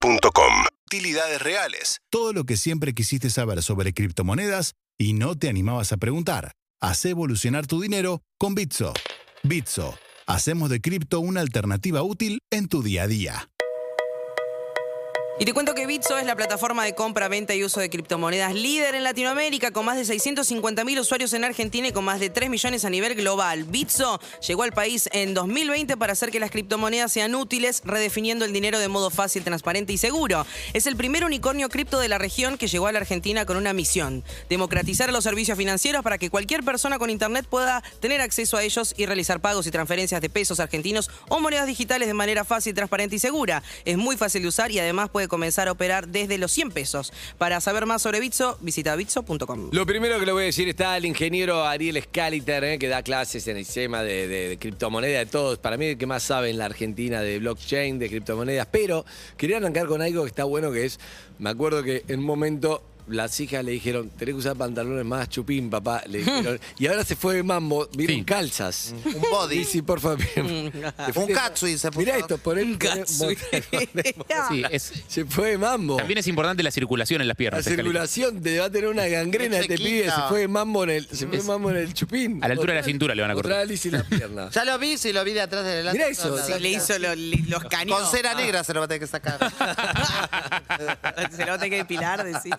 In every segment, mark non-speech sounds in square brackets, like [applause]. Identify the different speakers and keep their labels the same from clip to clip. Speaker 1: UrbanaPlayFM.com
Speaker 2: Utilidades reales. Todo lo que siempre quisiste saber sobre criptomonedas y no te animabas a preguntar. Haz evolucionar tu dinero con Bitso. Bitso. Hacemos de cripto una alternativa útil en tu día a día.
Speaker 3: Y te cuento que Bitso es la plataforma de compra, venta y uso de criptomonedas líder en Latinoamérica, con más de 650.000 usuarios en Argentina y con más de 3 millones a nivel global. Bitso llegó al país en 2020 para hacer que las criptomonedas sean útiles, redefiniendo el dinero de modo fácil, transparente y seguro. Es el primer unicornio cripto de la región que llegó a la Argentina con una misión, democratizar los servicios financieros para que cualquier persona con internet pueda tener acceso a ellos y realizar pagos y transferencias de pesos argentinos o monedas digitales de manera fácil, transparente y segura. Es muy fácil de usar y además puede comenzar a operar desde los 100 pesos. Para saber más sobre Bitso, visita bitso.com.
Speaker 4: Lo primero que le voy a decir está el ingeniero Ariel Scaliter, ¿eh? que da clases en el tema de, de- de criptomonedas, de todos. Para mí, el que más sabe en la Argentina de blockchain, de criptomonedas. Pero quería arrancar con algo que está bueno, que es, me acuerdo que en un momento las hijas le dijeron, tenés que usar pantalones más chupín, papá. Le dijeron, y ahora se fue de mambo, vieron calzas.
Speaker 5: Mm. Un body.
Speaker 4: Sí, sí, por favor.
Speaker 5: [laughs] Un katsui se puso.
Speaker 4: Mirá esto, por el
Speaker 3: Katsui. [laughs]
Speaker 6: Sí, es-
Speaker 4: [laughs] Se fue de
Speaker 5: [laughs]
Speaker 4: mambo.
Speaker 6: también es importante la circulación en las
Speaker 4: La
Speaker 6: piernas. Escalita.
Speaker 4: circulación te va a tener
Speaker 6: [laughs]
Speaker 4: una gangrena
Speaker 5: Se
Speaker 4: este
Speaker 5: quita.
Speaker 4: pibe, se fue de mambo en el, se fue de mambo en el chupín.
Speaker 6: A la altura de la
Speaker 4: Otra-
Speaker 6: cintura le van a cortar.
Speaker 4: Otra lisis en la
Speaker 6: [laughs]
Speaker 4: pierna.
Speaker 5: Ya lo vi, sí, lo vi de atrás de adelante.
Speaker 4: Mirá eso.
Speaker 5: No, no,
Speaker 4: Sí,
Speaker 5: no,
Speaker 3: Le
Speaker 5: no.
Speaker 3: hizo lo- li- los caños.
Speaker 5: Con cera negra se lo va a tener que sacar.
Speaker 3: [laughs] Se lo va a tener que depilar, decís.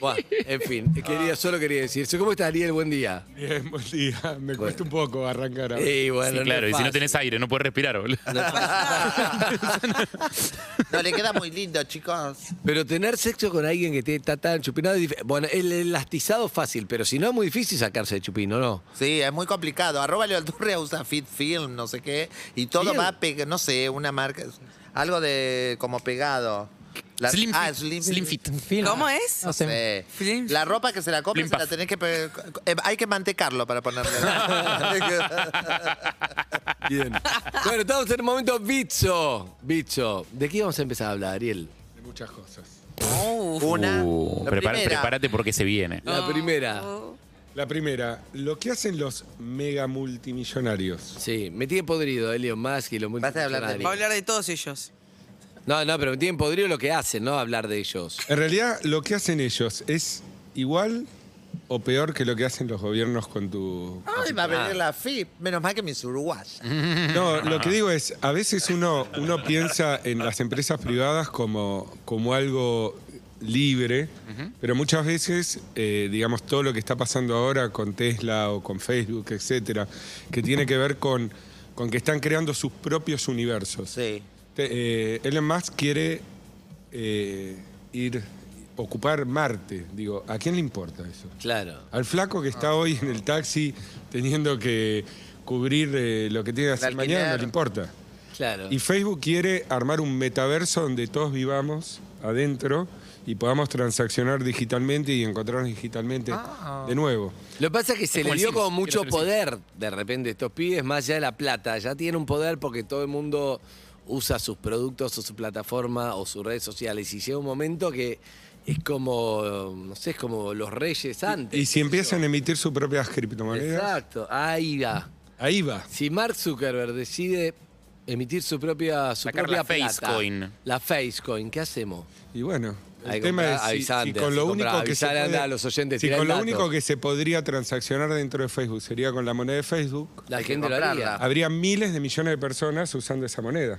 Speaker 4: Buah, en fin, eh, quería, solo quería decir eso. ¿Cómo estás, Ariel? Buen día.
Speaker 7: Bien, buen día. Me cuesta un poco arrancar ahora.
Speaker 4: Eh, bueno,
Speaker 6: Sí, claro,
Speaker 4: es
Speaker 6: y si no
Speaker 4: fácil.
Speaker 6: tenés aire, no podés respirar, boludo.
Speaker 5: [laughs] No, le queda muy lindo, chicos.
Speaker 4: Pero tener sexo con alguien que te está tan chupinado. es dif- Bueno, el elastizado es fácil, pero si no es muy difícil sacarse de chupín, ¿o no?
Speaker 5: Sí, es muy complicado. Arroba Leo Alturria usa Fit Film, no sé qué. Y todo
Speaker 4: Film.
Speaker 5: va, pega- no sé, una marca. Algo de como pegado. La-
Speaker 6: Slim
Speaker 5: ah,
Speaker 6: Fit,
Speaker 5: Slim,
Speaker 6: Slim Fit.
Speaker 3: ¿Cómo es?
Speaker 5: No sé.
Speaker 3: Film.
Speaker 5: La ropa que se la compra
Speaker 6: Slim
Speaker 5: se la
Speaker 6: Puff.
Speaker 5: tenés que pe- eh, Hay que mantecarlo para ponerle.
Speaker 6: [laughs]
Speaker 4: Bien. bueno, estamos en el momento bicho. Bicho. ¿De qué vamos a empezar a hablar, Ariel?
Speaker 7: De muchas cosas.
Speaker 5: una.
Speaker 6: Uh,
Speaker 5: la
Speaker 6: prepara-
Speaker 5: primera.
Speaker 6: prepárate porque se viene.
Speaker 4: La primera.
Speaker 7: La primera, lo que hacen los mega multimillonarios.
Speaker 4: Sí, me tiene podrido, Elon Musk y los
Speaker 5: Vas a hablar de-
Speaker 3: Va a hablar de todos ellos.
Speaker 4: No, no, pero me tienen podrido lo que hacen, ¿no? Hablar de ellos.
Speaker 7: En realidad, lo que hacen ellos es igual o peor que lo que hacen los gobiernos con tu...
Speaker 5: Ay, va a venir la FIP. Menos mal que mis uruguayas.
Speaker 7: No, lo que digo es, a veces uno, uno piensa en las empresas privadas como, como algo libre, pero muchas veces, eh, digamos, todo lo que está pasando ahora con Tesla o con Facebook, etcétera, que tiene que ver con, con que están creando sus propios universos.
Speaker 5: Sí.
Speaker 7: Te- eh, Elon Musk quiere eh, ir ocupar Marte. Digo, ¿a quién le importa eso?
Speaker 4: Claro.
Speaker 7: Al flaco que está hoy en el taxi teniendo que cubrir eh, lo que tiene que hacer mañana, no
Speaker 5: alquiler.
Speaker 7: le importa.
Speaker 4: Claro.
Speaker 7: Y Facebook quiere armar un metaverso donde todos vivamos adentro y podamos transaccionar digitalmente y encontrarnos digitalmente de nuevo.
Speaker 4: Lo que pasa es que se
Speaker 6: como
Speaker 4: le
Speaker 6: el
Speaker 4: dio
Speaker 6: cine,
Speaker 4: como mucho
Speaker 6: quiero hacer
Speaker 4: poder de repente a estos pibes, más allá de la plata. Ya tienen un poder porque todo el mundo usa sus productos o su plataforma o sus redes sociales. Y llega un momento que es como, no sé, es como los reyes antes.
Speaker 7: Y si empiezan a emitir sus propias criptomonedas,
Speaker 4: Exacto, ahí va.
Speaker 7: ahí va.
Speaker 4: Si Mark Zuckerberg decide emitir su propia, su
Speaker 6: Sacar
Speaker 4: propia
Speaker 6: la
Speaker 4: plata,
Speaker 6: Facecoin.
Speaker 4: La Facecoin, ¿qué hacemos?
Speaker 7: Y bueno, el
Speaker 4: Hay que
Speaker 7: tema
Speaker 4: comprar,
Speaker 7: es si- si,
Speaker 4: avisar antes,
Speaker 7: con lo
Speaker 4: comprar,
Speaker 7: único que se
Speaker 4: avisar,
Speaker 7: puede-
Speaker 4: anda a los oyentes,
Speaker 7: si
Speaker 4: tirá
Speaker 7: con
Speaker 4: el
Speaker 7: lo
Speaker 4: dato.
Speaker 7: único que se podría transaccionar dentro de Facebook sería con la moneda de Facebook,
Speaker 4: La
Speaker 5: Hay que
Speaker 4: gente lo
Speaker 5: comprarla.
Speaker 4: haría.
Speaker 7: habría miles de millones de personas usando esa moneda.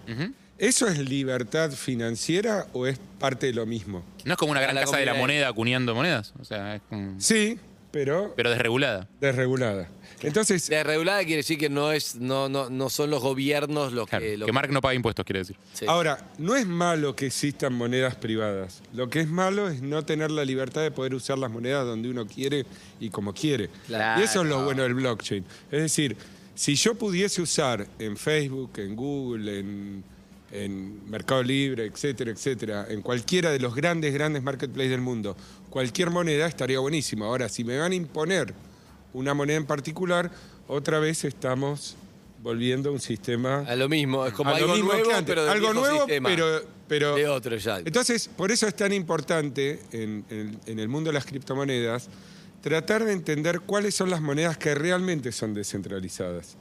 Speaker 7: ¿Eso es libertad financiera o es parte de lo mismo?
Speaker 6: No es como una gran
Speaker 4: La
Speaker 6: casa de la
Speaker 4: comida
Speaker 6: moneda acuñando monedas. O sea, es como-
Speaker 7: Sí, pero,
Speaker 6: Pero desregulada.
Speaker 7: desregulada. Entonces,
Speaker 4: Desregulada quiere decir que no es, no, no, no son los gobiernos los
Speaker 6: Claro,
Speaker 4: que, los
Speaker 6: que Mark no paga impuestos, quiere decir.
Speaker 4: sí.
Speaker 7: ahora, no es malo que existan monedas privadas. Lo que es malo es no tener la libertad de poder usar las monedas donde uno quiere y como quiere.
Speaker 4: Claro.
Speaker 7: Y eso es lo bueno del blockchain. Es decir, si yo pudiese usar en Facebook, en Google, en, en Mercado Libre, etcétera, etcétera, en cualquiera de los grandes, grandes marketplaces del mundo, cualquier moneda estaría buenísimo. Ahora, si me van a imponer una moneda en particular, otra vez estamos volviendo a un sistema...
Speaker 4: A lo mismo, es como
Speaker 7: A lo
Speaker 4: algo
Speaker 7: mismo que
Speaker 4: nuevo,
Speaker 7: antes.
Speaker 4: pero del
Speaker 7: Algo
Speaker 4: viejo
Speaker 7: nuevo,
Speaker 4: sistema.
Speaker 7: pero- pero-
Speaker 4: de otro ya.
Speaker 7: Entonces, por eso es tan importante en, en- en el mundo de las criptomonedas tratar de entender cuáles son las monedas que realmente son descentralizadas,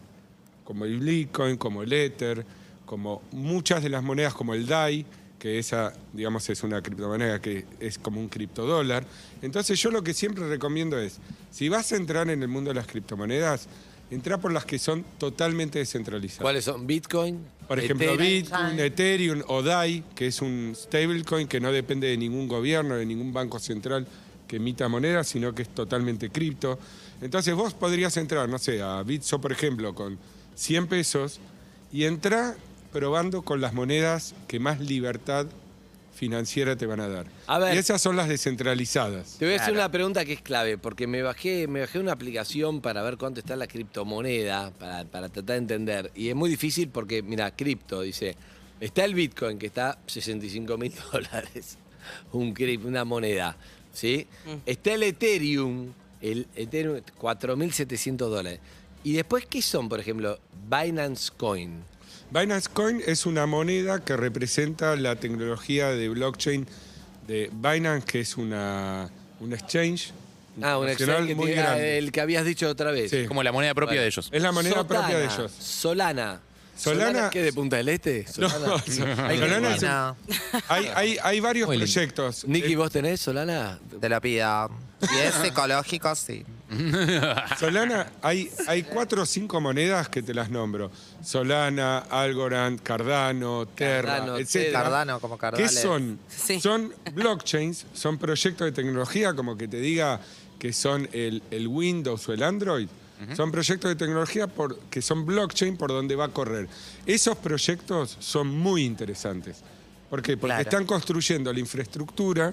Speaker 7: como el Bitcoin, como el Ether, como muchas de las monedas como el DAI, que esa, digamos, es una criptomoneda que es como un criptodólar. Entonces yo lo que siempre recomiendo es, si vas a entrar en el mundo de las criptomonedas, entra por las que son totalmente descentralizadas.
Speaker 4: ¿Cuáles son? Bitcoin.
Speaker 7: Por ejemplo,
Speaker 4: Ethereum.
Speaker 7: Bitcoin, Ethereum o DAI, que es un stablecoin que no depende de ningún gobierno, de ningún banco central que emita moneda, sino que es totalmente cripto. Entonces vos podrías entrar, no sé, a Bitso, por ejemplo, con 100 pesos y entrar probando con las monedas que más libertad financiera te van a dar.
Speaker 4: A ver.
Speaker 7: Y esas son las descentralizadas.
Speaker 4: Te voy a hacer
Speaker 5: Claro.
Speaker 4: una pregunta que es clave, porque me bajé, me bajé una aplicación para ver cuánto está la criptomoneda, para, para tratar de entender. Y es muy difícil porque, mira, cripto, dice, está el Bitcoin que está 65 mil [laughs] dólares, un crip- una moneda, ¿sí? Está el Ethereum, el Ethereum 4.700 dólares. Y después, ¿qué son, por ejemplo, Binance Coin?
Speaker 7: Binance Coin es una moneda que representa la tecnología de blockchain de Binance, que es una, un exchange.
Speaker 4: Ah, un
Speaker 7: internacional
Speaker 4: Excel que
Speaker 7: muy
Speaker 4: tiene- ah,
Speaker 7: grande.
Speaker 4: el que habías dicho otra vez.
Speaker 7: Sí.
Speaker 6: Como la moneda propia
Speaker 4: Bueno.
Speaker 6: de ellos.
Speaker 7: Es la moneda
Speaker 4: Sotana,
Speaker 7: propia de ellos.
Speaker 4: Solana.
Speaker 7: Solana-
Speaker 4: ¿Qué de Punta del Este?
Speaker 7: [laughs] No,
Speaker 4: Solana.
Speaker 7: Solana es un-
Speaker 5: No,
Speaker 7: hay, hay- hay varios proyectos.
Speaker 4: Nicky,
Speaker 7: Eh,
Speaker 4: ¿vos tenés Solana?
Speaker 5: [laughs] te lo pido. Y es ecológico, sí.
Speaker 7: Solana, hay, hay cuatro o cinco monedas que te las nombro. Solana, Algorand, Cardano, Terra,
Speaker 4: Cardano,
Speaker 7: etcétera.
Speaker 5: Cardano, como Cardales.
Speaker 7: ¿Qué son?
Speaker 3: Sí.
Speaker 7: Son blockchains, son proyectos de tecnología, como que te diga que son el, el Windows o el Android. Son proyectos de tecnología por- que son blockchain por donde va a correr. Esos proyectos son muy interesantes. ¿Por qué? Porque
Speaker 5: Claro.
Speaker 7: están construyendo la infraestructura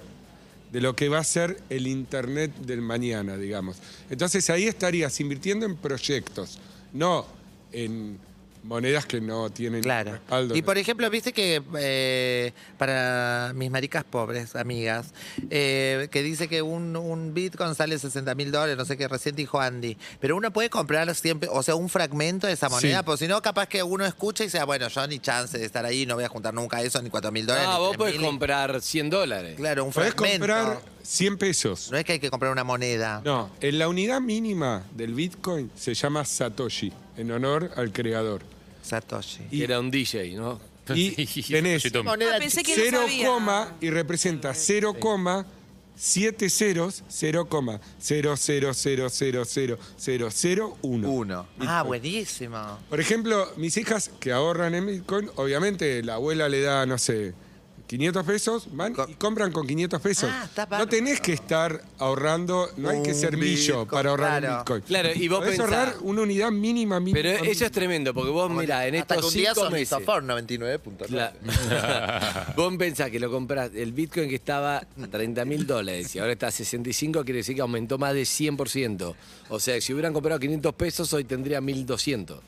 Speaker 7: de lo que va a ser el Internet del mañana, digamos. Entonces ahí estarías invirtiendo en proyectos, no en monedas que no tienen
Speaker 5: Claro.
Speaker 7: respaldo.
Speaker 5: Y por ejemplo, viste que eh, para mis maricas pobres, amigas, eh, que dice que un, un Bitcoin sale 60 mil dólares, no sé qué, recién dijo Andy. Pero uno puede comprar siempre, o sea, un fragmento de esa moneda,
Speaker 7: Sí.
Speaker 5: porque si no, capaz que uno escucha y sea, bueno, yo ni chance de estar ahí, no voy a juntar nunca eso, ni 4 mil dólares.
Speaker 4: Ah,
Speaker 5: ni
Speaker 4: vos
Speaker 5: 3.000.
Speaker 4: podés comprar 100 dólares.
Speaker 5: Claro, un
Speaker 7: Podés
Speaker 5: fragmento.
Speaker 7: comprar 100 pesos.
Speaker 5: No es que hay que comprar una moneda.
Speaker 7: No, en la unidad mínima del Bitcoin se llama Satoshi, en honor
Speaker 6: [laughs]
Speaker 7: al creador.
Speaker 5: Satoshi.
Speaker 7: Y-
Speaker 4: Era un DJ, ¿no?
Speaker 7: Y tenés
Speaker 6: Sí, Tom.
Speaker 3: Ah, pensé que
Speaker 7: cero
Speaker 3: no sabía.
Speaker 7: coma y representa 0, coma siete ceros, 0, coma cero cero cero cero cero cero cero uno.
Speaker 5: Uno. Ah, buenísimo.
Speaker 7: Por ejemplo, mis hijas que ahorran en Bitcoin, obviamente la abuela le da, no sé, 500 pesos, van y compran con 500 pesos.
Speaker 5: Ah, está
Speaker 7: no
Speaker 5: bárbaro.
Speaker 7: tenés que estar ahorrando, no hay que
Speaker 5: Un
Speaker 7: ser millo
Speaker 5: Bitcoin,
Speaker 7: para ahorrar en
Speaker 5: claro.
Speaker 7: Bitcoin.
Speaker 4: Claro, y vos
Speaker 7: Podés
Speaker 4: pensá.
Speaker 7: ahorrar una unidad mínima mínima.
Speaker 4: Pero eso es tremendo, porque vos, mirá, en
Speaker 5: Hasta que
Speaker 4: estos
Speaker 5: un día
Speaker 4: 5
Speaker 5: son
Speaker 4: meses...
Speaker 5: Isofor 99.9.
Speaker 4: La- [laughs] vos pensás que lo compras, el Bitcoin que estaba a 30 mil dólares y ahora está a 65, quiere decir que aumentó más de 100%. O sea, si hubieran comprado 500 pesos, hoy tendría 1200.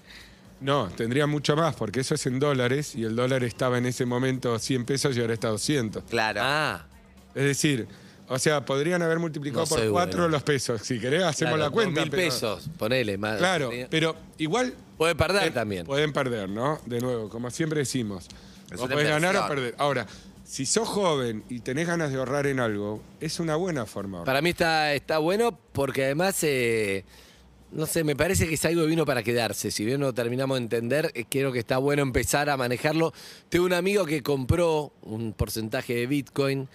Speaker 7: No, tendría mucho más, porque eso es en dólares y el dólar estaba en ese momento 100 pesos y ahora está 200.
Speaker 5: Claro.
Speaker 4: Ah,
Speaker 7: Es decir, o sea, podrían haber multiplicado
Speaker 4: No
Speaker 7: por
Speaker 4: soy
Speaker 7: 4
Speaker 4: bueno.
Speaker 7: los pesos. Si querés, hacemos
Speaker 4: claro,
Speaker 7: la cuenta.
Speaker 4: mil
Speaker 7: pero-
Speaker 4: pesos, ponele. Más,
Speaker 7: Claro, pero igual
Speaker 4: Puede perder
Speaker 7: Eh,
Speaker 4: también.
Speaker 7: Pueden perder, ¿no? De nuevo, como siempre decimos.
Speaker 5: Es
Speaker 7: Vos
Speaker 5: una
Speaker 7: podés ganar o
Speaker 5: inversión.
Speaker 7: perder. Ahora, si sos joven y tenés ganas de ahorrar en algo, es una buena forma. de ahorrar.
Speaker 4: Para mí está, está bueno porque además, eh, no sé, me parece que es algo que vino para quedarse. Si bien no terminamos de entender, eh, creo que está bueno empezar a manejarlo. Tengo un amigo que compró un porcentaje de Bitcoin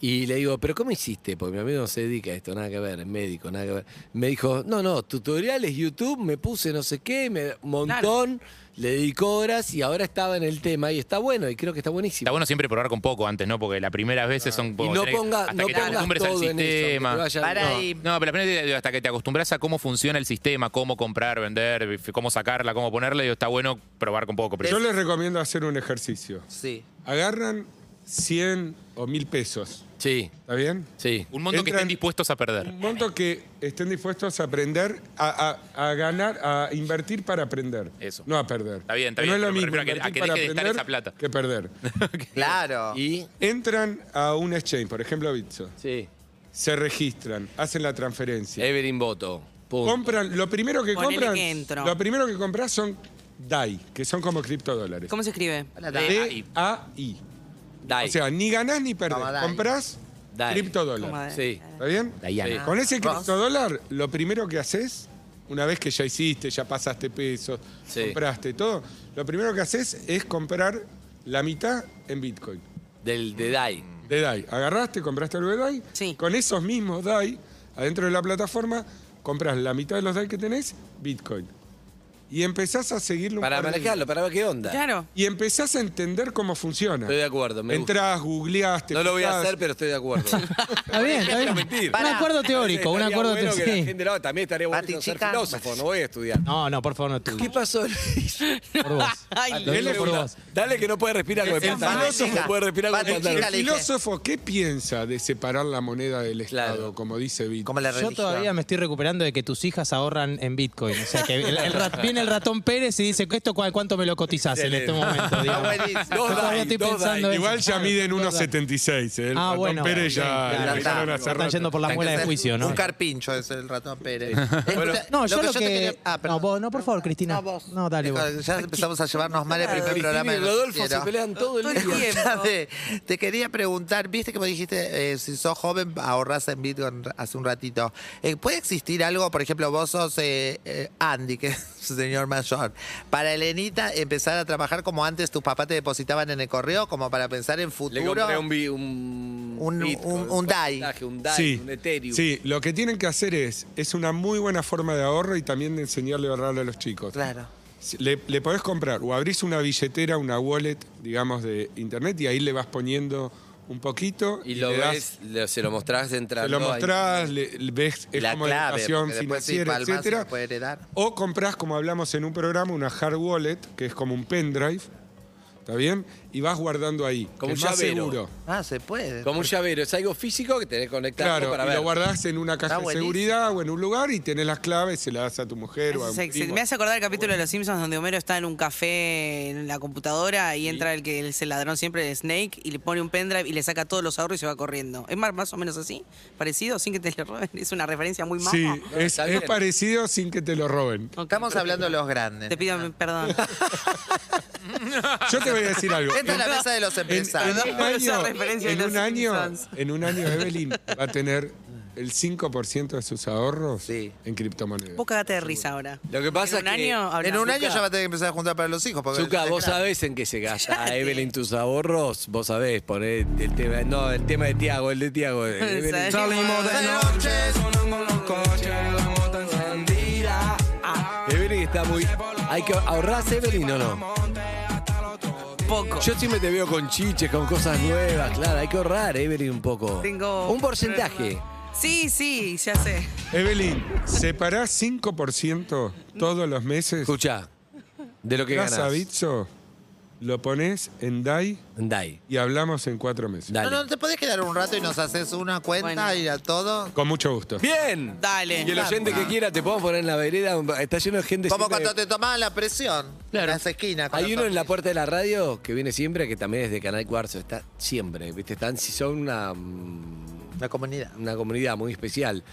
Speaker 4: y le digo, ¿pero cómo hiciste? Porque mi amigo no se dedica a esto, nada que ver, es médico, nada que ver. Me dijo, no, no, tutoriales, YouTube, me puse no sé qué, me, un montón, le dedicó horas y ahora estaba en el tema y está bueno y creo que está buenísimo.
Speaker 6: Está bueno siempre probar con poco antes, ¿no? Porque las primeras veces son...
Speaker 4: Y
Speaker 6: como
Speaker 4: no,
Speaker 6: tenés-
Speaker 4: ponga,
Speaker 6: hasta
Speaker 4: no
Speaker 6: que te
Speaker 4: pongas
Speaker 6: acostumbres al
Speaker 4: todo en eso. que te
Speaker 6: sistema.
Speaker 4: vaya-
Speaker 5: Para
Speaker 4: no.
Speaker 5: ahí.
Speaker 6: No, pero apenas te- hasta que te acostumbras a cómo funciona el sistema, cómo comprar, vender, cómo sacarla, cómo ponerla, digo, está bueno probar con poco.
Speaker 7: Yo
Speaker 6: Pero
Speaker 7: les recomiendo hacer un ejercicio.
Speaker 5: Sí.
Speaker 7: Agarran 100 o 1000 pesos.
Speaker 4: Sí,
Speaker 7: ¿Está bien?
Speaker 4: sí.
Speaker 6: un monto que
Speaker 7: Entran-
Speaker 6: estén dispuestos a perder.
Speaker 7: Un monto que estén dispuestos a aprender, a, a- a ganar, a invertir para aprender.
Speaker 6: Eso.
Speaker 7: No a perder.
Speaker 6: Está bien, está
Speaker 7: No
Speaker 6: bien,
Speaker 7: es lo
Speaker 6: pero me
Speaker 7: mismo
Speaker 6: refiero a que- a
Speaker 7: invertir
Speaker 6: que
Speaker 7: para
Speaker 6: deje de estar
Speaker 7: aprender
Speaker 6: esa plata. [laughs]
Speaker 7: que perder.
Speaker 5: Claro.
Speaker 4: Y
Speaker 7: Entran a un exchange, por ejemplo, a Bitso.
Speaker 4: sí.
Speaker 7: Se registran, hacen la transferencia.
Speaker 4: Evelyn Voto. Eh, Punto.
Speaker 7: compran, lo primero que
Speaker 3: Ponele
Speaker 7: compran,
Speaker 3: que entro.
Speaker 7: lo primero que compras son DAI, que son como criptodólares.
Speaker 3: ¿Cómo se escribe?
Speaker 5: Hola,
Speaker 7: D A I.
Speaker 4: Dai.
Speaker 7: O sea, ni ganás ni perdés.
Speaker 5: Como DAI.
Speaker 7: Comprás
Speaker 4: DAI.
Speaker 7: criptodólar.
Speaker 3: Como-
Speaker 4: sí.
Speaker 7: ¿Está bien?
Speaker 6: Diana.
Speaker 7: Con ese
Speaker 5: Ross.
Speaker 7: criptodólar, lo primero que haces una vez que ya hiciste, ya pasaste pesos,
Speaker 4: Sí.
Speaker 7: compraste todo, lo primero que haces es comprar la mitad en Bitcoin.
Speaker 4: Del de DAI.
Speaker 7: De DAI. Agarraste, compraste algo de DAI.
Speaker 3: Sí.
Speaker 7: Con esos mismos DAI, adentro de la plataforma, compras la mitad de los DAI que tenés, Bitcoin. Y empezás a seguirlo un
Speaker 4: Para
Speaker 7: par de-
Speaker 4: manejarlo, para ver qué onda.
Speaker 3: Claro.
Speaker 7: Y empezás a entender cómo funciona.
Speaker 4: Estoy de acuerdo, me gusta.
Speaker 7: Entrás, googleás, te
Speaker 4: No lo voy a
Speaker 7: fijás.
Speaker 4: hacer, pero estoy de acuerdo.
Speaker 1: [laughs] Está bien, está bien.
Speaker 4: mentir.
Speaker 1: Un acuerdo teórico, un
Speaker 4: Estaría
Speaker 1: acuerdo
Speaker 4: bueno
Speaker 1: teórico.
Speaker 4: que la gente lo haga. también estaría bueno
Speaker 5: Pati,
Speaker 4: yo ser
Speaker 5: chica.
Speaker 4: filósofo, no voy a estudiar.
Speaker 1: No, no, por favor, no
Speaker 5: [laughs]
Speaker 1: tú.
Speaker 4: ¿Qué [laughs] pasó?
Speaker 1: Por vos.
Speaker 3: Ay,
Speaker 1: Lo
Speaker 7: Él
Speaker 1: digo
Speaker 7: es
Speaker 1: por
Speaker 7: una-
Speaker 1: vos.
Speaker 4: Dale que no puede respirar con el
Speaker 5: Es un
Speaker 4: pantalón.
Speaker 5: filósofo.
Speaker 4: No puede respirar con el
Speaker 5: Pati,
Speaker 4: pantalón.
Speaker 5: chica,
Speaker 7: El
Speaker 5: le dije.
Speaker 7: filósofo, ¿qué piensa de separar la moneda del Estado,
Speaker 4: Claro.
Speaker 7: como dice Vito?
Speaker 5: Como la
Speaker 1: Yo
Speaker 5: religión.
Speaker 1: todavía me estoy recuperando de que tus hijas ahorran en Bitcoin. O sea, que el- el rat- viene el ratón Pérez y dice, ¿esto cua- cuánto me lo cotizás en este momento?
Speaker 5: Está
Speaker 1: digamos?
Speaker 5: buenísimo.
Speaker 4: Dos
Speaker 1: Yo todavía
Speaker 4: DAI,
Speaker 1: estoy
Speaker 4: dos
Speaker 1: pensando
Speaker 4: DAI.
Speaker 1: eso.
Speaker 7: Igual ya
Speaker 1: Claro,
Speaker 7: miden
Speaker 1: verdad.
Speaker 7: 1,76. ¿eh? El
Speaker 1: Ah,
Speaker 7: ratón
Speaker 1: bueno.
Speaker 7: Pérez ya
Speaker 1: bien, claro.
Speaker 7: lo dejaron
Speaker 5: Está.
Speaker 7: hace
Speaker 1: Están
Speaker 7: rato.
Speaker 1: yendo por la
Speaker 5: Hay que
Speaker 1: muela de
Speaker 5: hacer
Speaker 1: juicio, ¿no?
Speaker 5: Un carpincho es el ratón Pérez. Escucha,
Speaker 1: No, yo lo, que...
Speaker 5: te quería- Ah,
Speaker 1: no,
Speaker 5: perdón.
Speaker 1: vos, no, por favor, Cristina.
Speaker 5: No, vos.
Speaker 1: No, dale vos.
Speaker 5: Eh, Ya empezamos a llevarnos mal el primer
Speaker 4: Cristina
Speaker 5: Este programa.
Speaker 4: y
Speaker 5: de
Speaker 4: Rodolfo se
Speaker 5: Noticiero.
Speaker 4: pelean todo
Speaker 5: [laughs]
Speaker 3: Todo
Speaker 4: el
Speaker 3: el
Speaker 4: día.
Speaker 3: tiempo.
Speaker 5: Escuchame, te quería preguntar, viste que me dijiste, eh, si sos joven, ahorrás en Bitcoin hace un ratito. Eh, ¿Puede existir algo, por ejemplo, vos sos eh, eh, Andy, que [laughs] es un señor mayor, para Elenita empezar a trabajar como antes tus papás te depositaban en el correo, como para pensar en futuro?
Speaker 4: Le compré un, bi- un,
Speaker 5: Un-
Speaker 4: Bitcoin,
Speaker 5: un- un DAI.
Speaker 4: porcentaje, Un DAI,
Speaker 7: Sí,
Speaker 4: un Ethereum.
Speaker 7: sí, lo que tienen que hacer es, es una muy buena forma de ahorro y también de enseñarle a ahorrar a los chicos.
Speaker 5: Claro.
Speaker 7: Si- Le, le podés comprar o abrís una billetera, una wallet, digamos, de internet y ahí le vas poniendo un poquito.
Speaker 4: Y lo
Speaker 7: le das-
Speaker 4: ves, lo- se lo mostrás
Speaker 7: Te
Speaker 4: entrando.
Speaker 7: lo
Speaker 4: ahí.
Speaker 7: mostrás, le- le ves es
Speaker 5: La
Speaker 7: como
Speaker 5: clave,
Speaker 7: educación
Speaker 5: porque después si
Speaker 7: financiera,
Speaker 5: palmas se
Speaker 7: etcétera.
Speaker 5: lo puede heredar.
Speaker 7: O comprás, como hablamos en un programa, una hard wallet, que es como un pendrive, ¿está bien? Y vas guardando ahí.
Speaker 4: Como un
Speaker 7: que es más
Speaker 4: llavero.
Speaker 7: seguro.
Speaker 5: Ah, se puede.
Speaker 4: Como un llavero, es algo físico que tenés conectado
Speaker 7: Claro,
Speaker 4: para
Speaker 7: y
Speaker 4: ver.
Speaker 7: lo guardás en una caja
Speaker 5: Está
Speaker 7: de
Speaker 5: buenísimo.
Speaker 7: seguridad o en un lugar y tenés las claves, se las das a tu mujer o a un
Speaker 3: Se- se-
Speaker 7: primo.
Speaker 3: me hace acordar el capítulo de Los Simpsons donde Homero está en un café en la computadora y entra el que es el ladrón siempre de Snake y le pone un pendrive y le saca todos los ahorros y se va corriendo. ¿Es más, más o menos así? ¿Parecido? ¿Sin que te le roben? Es una referencia muy mala.
Speaker 7: Sí, es,
Speaker 4: está
Speaker 7: es
Speaker 4: bien.
Speaker 7: parecido sin que te lo roben.
Speaker 5: Estamos hablando de los grandes.
Speaker 3: Te pido
Speaker 4: [laughs]
Speaker 3: perdón.
Speaker 7: Yo te voy a decir algo.
Speaker 5: [laughs] Esta es la mesa de los
Speaker 7: En,
Speaker 5: [laughs]
Speaker 7: en
Speaker 5: empresarios.
Speaker 7: un
Speaker 3: Esa
Speaker 7: año,
Speaker 3: referencia de
Speaker 7: en
Speaker 3: los
Speaker 7: un año,
Speaker 3: Simpsons.
Speaker 7: en un año Evelyn va a tener el 5% de sus ahorros
Speaker 5: Sí.
Speaker 7: en criptomonedas.
Speaker 3: Vos cagate de risa ahora.
Speaker 4: Lo que pasa
Speaker 3: en un
Speaker 4: es que-
Speaker 3: año hablamos.
Speaker 5: En un año
Speaker 4: Zucca.
Speaker 5: ya va a tener que empezar a juntar para los hijos. porque-
Speaker 4: Zucca, vos sabés en qué se
Speaker 5: [laughs]
Speaker 4: gasta Evelyn tus ahorros, vos sabés, poné el tema, no, el tema de Tiago, el de
Speaker 5: [laughs]
Speaker 4: Tiago. eh, Evelyn.
Speaker 3: Salimos de
Speaker 4: Ah, Evelyn está muy. Hay que ahorrás Evelyn o no.
Speaker 3: poco.
Speaker 4: Yo siempre te veo con chiches, con cosas nuevas, claro, hay que ahorrar Evelyn un poco.
Speaker 3: Tengo-
Speaker 4: un porcentaje.
Speaker 3: Sí, sí, ya sé.
Speaker 7: Evelyn, separás 5% todos los meses.
Speaker 4: Escucha, de lo que
Speaker 7: Vas a
Speaker 4: ganas.
Speaker 7: Bitso, lo pones en DAI
Speaker 4: Dai,
Speaker 7: y hablamos en cuatro meses.
Speaker 4: dale.
Speaker 5: No, no, te podés quedar un rato y nos haces una cuenta
Speaker 3: Bueno.
Speaker 5: y a todo.
Speaker 7: Con mucho gusto.
Speaker 4: Bien.
Speaker 3: Dale. Ah.
Speaker 4: Y el oyente que quiera, te podemos poner en la vereda. Está lleno de gente.
Speaker 5: Como
Speaker 4: siempre-
Speaker 5: cuando te tomaban la presión. En las esquinas. con
Speaker 4: Hay
Speaker 5: los
Speaker 4: uno en la
Speaker 5: tornillos.
Speaker 4: puerta de la radio que viene siempre, que también es de Canal Cuarzo. Está siempre, ¿viste? Están, si son una, mm,
Speaker 5: La comunidad.
Speaker 4: una comunidad muy especial.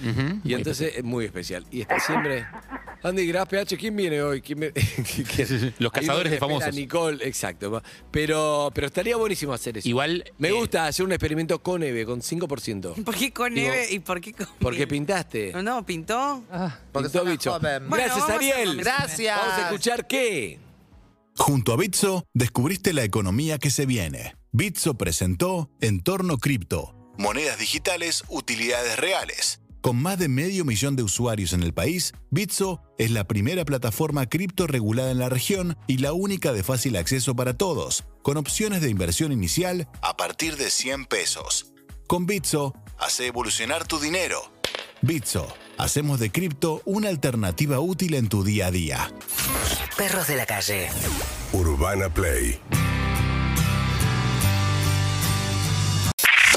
Speaker 4: y entonces, es muy especial. Y está siempre. Andy, Gras, PH, ¿quién viene hoy? [laughs] ¿Quién viene? ¿Quién?
Speaker 6: Los
Speaker 4: Hay uno
Speaker 6: cazadores
Speaker 4: que
Speaker 6: de
Speaker 4: espera a
Speaker 6: famosos.
Speaker 4: Nicole, exacto. Pero, pero estaría buenísimo hacer eso.
Speaker 6: Igual,
Speaker 4: Me
Speaker 6: eh,
Speaker 4: gusta hacer un experimento con Eve, con 5%.
Speaker 3: ¿Por qué con
Speaker 4: Digo,
Speaker 3: Eve y por qué con
Speaker 4: Porque
Speaker 3: Bill?
Speaker 4: pintaste.
Speaker 3: No, pintó.
Speaker 5: Porque
Speaker 4: Pintó
Speaker 5: sos una
Speaker 4: bicho.
Speaker 5: joven.
Speaker 3: Bueno,
Speaker 4: Gracias,
Speaker 3: vamos a
Speaker 4: Ariel.
Speaker 3: comenzar.
Speaker 5: Gracias.
Speaker 4: Vamos a escuchar qué.
Speaker 2: Junto a Bitso, descubriste la economía que se viene. Bitso presentó Entorno Cripto, monedas digitales, utilidades reales. Con más de medio millón de usuarios en el país, Bitso es la primera plataforma cripto regulada en la región y la única de fácil acceso para todos, con opciones de inversión inicial a partir de 100 pesos. Con Bitso, hace evolucionar tu dinero. Bitso, hacemos de cripto una alternativa útil en tu día a día.
Speaker 8: Perros de la calle.
Speaker 9: Urbana Play.